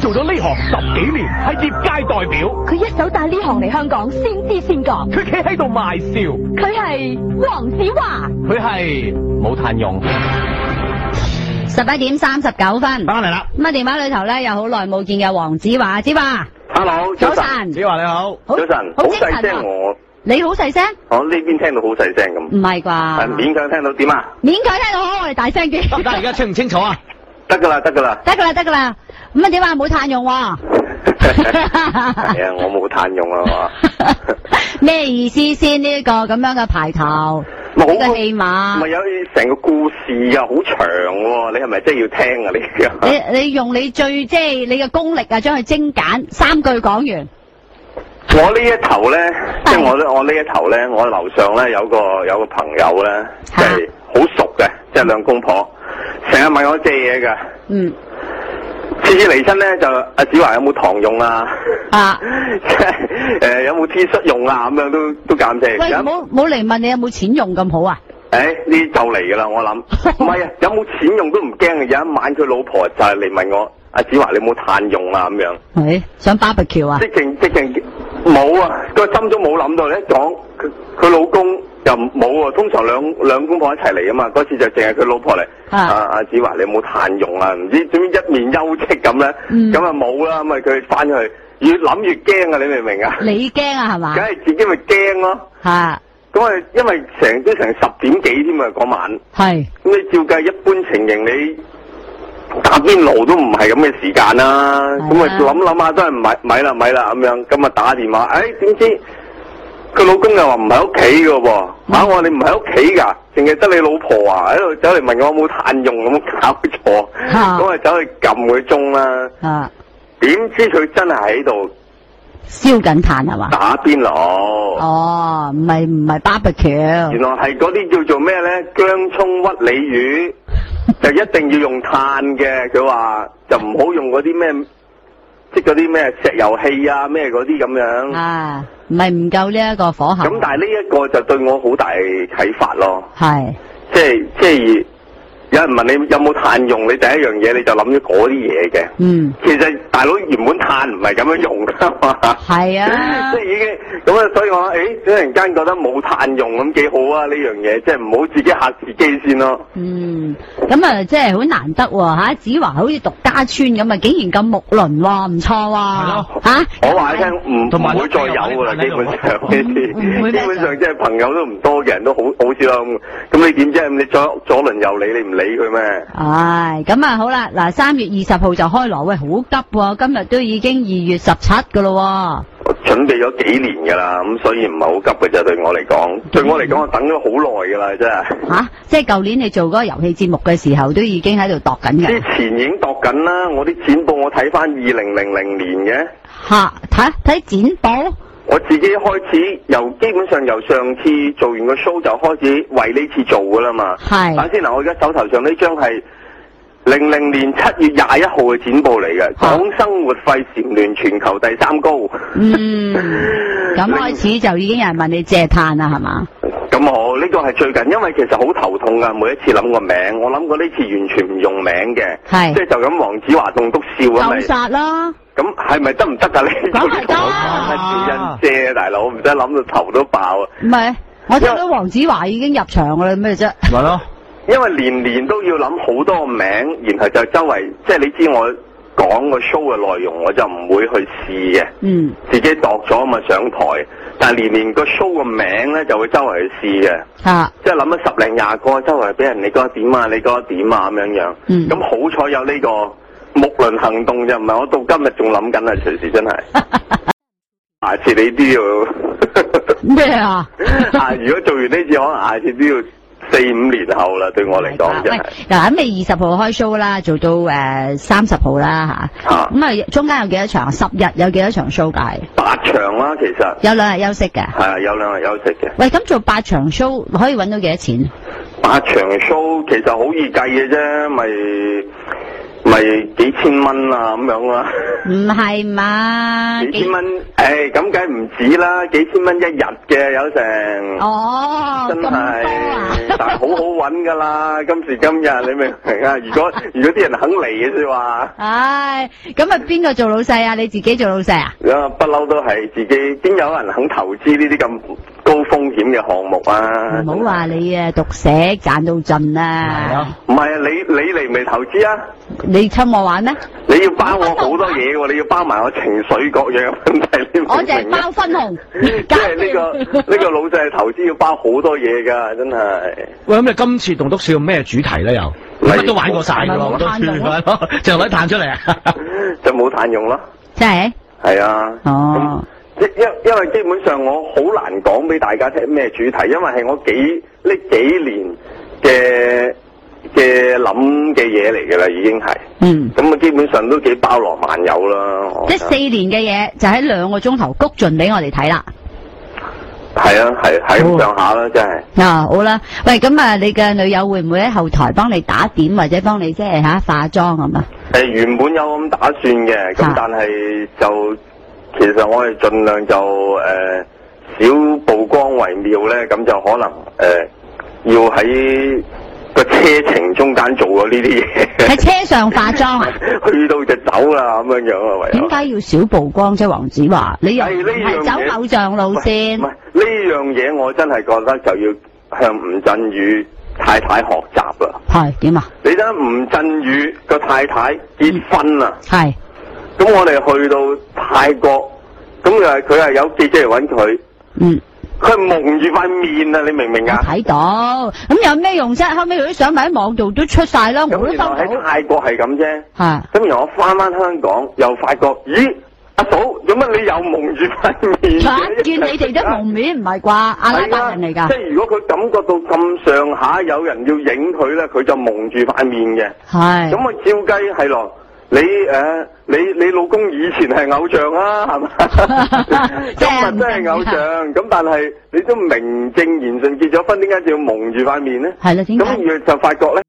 做咗呢行十幾年，係業界代表。佢一手帶呢行嚟香港，先知先覺。佢企喺度賣笑，佢係黃子華。佢係冇炭用。十一點三十九分。翻嚟啦咁啊，電話裏頭咧有好耐冇見嘅黃子華，子華， Hello，早早晨，晨，子華你好，好早晨，好好精細神聲啊！我，你好細聲，我呢邊聽到好細聲咁啊唔，係係啩？勉強聽到點啊？勉強聽到，好我哋大聲啲。 ，得唔得？ 而家清唔清楚啊？得噶啦，得噶啦得噶啦，得噶啦。咁啊，點話冇炭用喎？ 係啊，我冇炭用 啊嘛，咩意思先？呢個咁樣嘅排頭，冇呢個戲碼咪，有成個故事啊，好長喎，你係咪真係要聽啊？呢個你你用你最即係你嘅功力啊，將佢精簡，三句講完。 我呢一頭咧，即係我呢我呢一頭咧，我樓上咧有個有個朋友咧，即係好熟嘅，即係兩公婆，成日問我借嘢㗎。嗯次次嚟親咧就阿子華有冇糖用啊？ 啊，即係誒呃有冇 T 恤用啊？咁樣都都減啫。喂，咁冇冇嚟問你有冇錢用咁好啊？誒哎呢就嚟噶啦，我 諗。唔係啊，有冇錢用都唔驚嘅。有一晚佢老婆就係嚟問我：阿子華你有冇炭用啊？咁樣，喂，想 barbecue 啊？即情即情冇啊，個心都冇諗到。你一講佢佢老公又冇喎、通常兩兩公婆一齊嚟啊嘛。嗰次就淨係佢老婆嚟。啊啊阿子華你有冇炭用啊？唔知點一面休戚咁咧，嗯咁啊冇啦，咁啊佢翻去越諗越驚啊！你明唔明啊？你驚啊係嘛梗？係自己咪驚咯。吓咁啊，因為成都成十點幾添啊，嗰晚。係咁你照計一般情形，你打邊爐都唔係咁嘅時間啦。咁啊諗諗下都係唔係咪啦咪啦咁樣，咁啊打電話，誒、點知佢老公又話唔喺屋企嘅喎，嚇我話你唔喺屋企㗎，淨係得你老婆啊喺度走嚟問我有冇炭用咁搞錯，啊咁啊走去撳佢鐘啦，啊，點知佢真係喺度燒緊炭係嘛？打邊爐。哦，唔係唔係原 barbecue，來係嗰啲叫做咩咧？姜葱屈鯉魚就一定要用炭嘅，佢話就唔好用嗰啲咩，即係嗰啲咩石油氣啊咩嗰啲咁樣。啊，唔係唔夠呢一個火候。嗯咁但係呢一個就對我好大啟發咯，係即係即係有人問你有冇炭用，你第一樣嘢你就諗咗嗰啲嘢嘅。嗯其實大佬原本炭唔係咁樣用噶嘛。係啊即，係已經咁啊，所以我話誒，突然間覺得冇炭用咁幾好啊！呢樣嘢即係唔好自己嚇自己先咯。嗯，咁啊即係好難得喎吓，子華好似獨家村咁啊，竟然咁木輪喎，唔錯咯喎吓。我話你聽，唔同埋唔會再有噶啦，基本上呢唔會啲，咩基本上即係朋友都唔多嘅人都好好少啦。咁咁你點啫？你左左鄰右里，你唔理佢咩？唉，咁啊好啦，嗱三月二十號就開鑼，喂好急喎，今日都已經二月十七噶咯我準備咗幾年噶啦，咁所以唔係好急嘅啫。對我嚟講，對我嚟講，我等咗好耐噶啦，真係。喎，吓、即係舊年你做嗰個遊戲節目嘅時候，都已經喺度度緊嘅之。前已經度緊啦，我啲錢報我睇翻二零零零年嘅。吓睇睇展布，我自己開始由基本上由上次做完個 show 就開始為呢次做噶啦嘛。係等先嗱，我而家手頭上呢張係零零年七月廿一號嘅展報嚟嘅，嚇講生活費蟬聯全球第三高。嗯，咁啊開始就已經有人問你借炭啦，係嘛？嗯咁好，呢個係最近，因為其實好頭痛噶，每一次諗個名，我諗過呢次完全唔用名嘅，係即係就咁黃子華棟篤笑咁咪就。殺啦，咁係咪得唔得㗎？你梗 係得啊啦係趙欣姐大佬，唔使諗到頭都爆啊！唔係我聽到黃子華已經入場㗎啦，咩啫？咪咯，因為年年都要諗好多個名，然後就周圍，即係你知我講個 show 嘅內容，我就唔會去試嘅，嗯，自己度咗咪上台。但係年年個 show 個名咧就會周圍去試嘅，吓即係諗咗十零廿個，周圍俾人你覺得點啊，你覺得點啊咁樣樣。嗯咁好彩有呢個木輪行動就唔係我到今日仲諗緊啊，隨時 真係，下次你都要。 咩啊？啊！如果做完呢次，可能下次都要四五年後啦。對我嚟講，真喂係，嗱咁你二十號開 show 啦，做到誒三十號啦吓，啊咁啊中間有幾多場？十日有幾多場 show 㗎？八場啦，其實係有兩日休息嘅。啊，有兩日休息嘅。喂，咁做八場 show 可以揾到幾多錢？八場 show 其實好易計嘅啫，咪咪幾千蚊啊咁樣啦，唔係嘛？幾千蚊，誒咁梗唔止啦，幾千蚊一日嘅有成。哦，真咁多啊！係，但係好好揾 噶啦，今時今日你明唔明啊？如果如果啲人肯嚟嘅啫話，唉，咁啊，邊個做老細啊？你自己做老細啊？啊不嬲都係自己，邊有人肯投資呢啲咁高風險嘅項目啊？唔好話你啊，讀寫賺到盡啦！唔係啊，你你嚟唔嚟投資啊？你侵我玩咩？你要包我好多嘢喎，你要包埋我情緒各樣嘅問題，你明我唔就係明包啊？分紅，即係呢個呢個老細投資要包好多嘢㗎，真係。喂，咁你今次棟篤笑咩主題咧？又咪乜都玩過晒㗎咪喎，炭用咯係咯，就女彈出嚟啊！就冇炭用咯，真係係啊。哦，因因因為基本上我好難講俾大家聽咩主題，因為係我幾呢幾年嘅嘅諗嘅嘢嚟㗎啦，已經係。嗯，咁啊，基本上都幾包羅萬有啦。我即係覺得四年嘅嘢就喺兩個鐘頭谷盡俾我哋睇啦。係啊，係係哦咁上下啦，真係。嗱、好啦，喂，咁啊，你嘅女友會唔會喺後台幫你打點或者幫你即係吓化妝咁啊？誒呃原本有咁打算嘅，咁啊但係就其實我哋盡量就誒、呃少曝光為妙咧，咁就可能誒、呃要喺個車程中間做咗呢 喺啲嘢，車上化妝啊？去到就走啦咁樣樣啊，唯點。有解要少曝光啫？黃子華，你又係唔呢樣係嘢走偶像路線唔係？呢樣嘢，我真係覺得就要向吳鎮宇太太學習啦。係點啊？你睇下吳鎮宇個太太結婚啊啦。係咁我哋去到泰國，咁又係佢係有記者嚟揾佢，嗯。佢係蒙住塊面啊！你明唔明我啊？睇到，咁有咩用啫？後尾佢啲相咪喺網度都出晒啦，我咁都原收來到。喺泰國係咁啫，係咁然後我翻翻香港又發覺，咦，阿嫂，做乜你又蒙住塊面嘅？眼見你哋都蒙面，唔係啩？阿拉伯人嚟係啊即㗎，係如果佢感覺到咁上下有人要影佢咧，佢就蒙住塊面嘅。咁係？啊，照計係咯。你誒、呃你你老公以前係偶像啊， 係嘛今日真係偶像，咁但係你都名正言順結咗婚，點解仲要蒙住塊面呢？係啦，點咁解？越就發覺咧。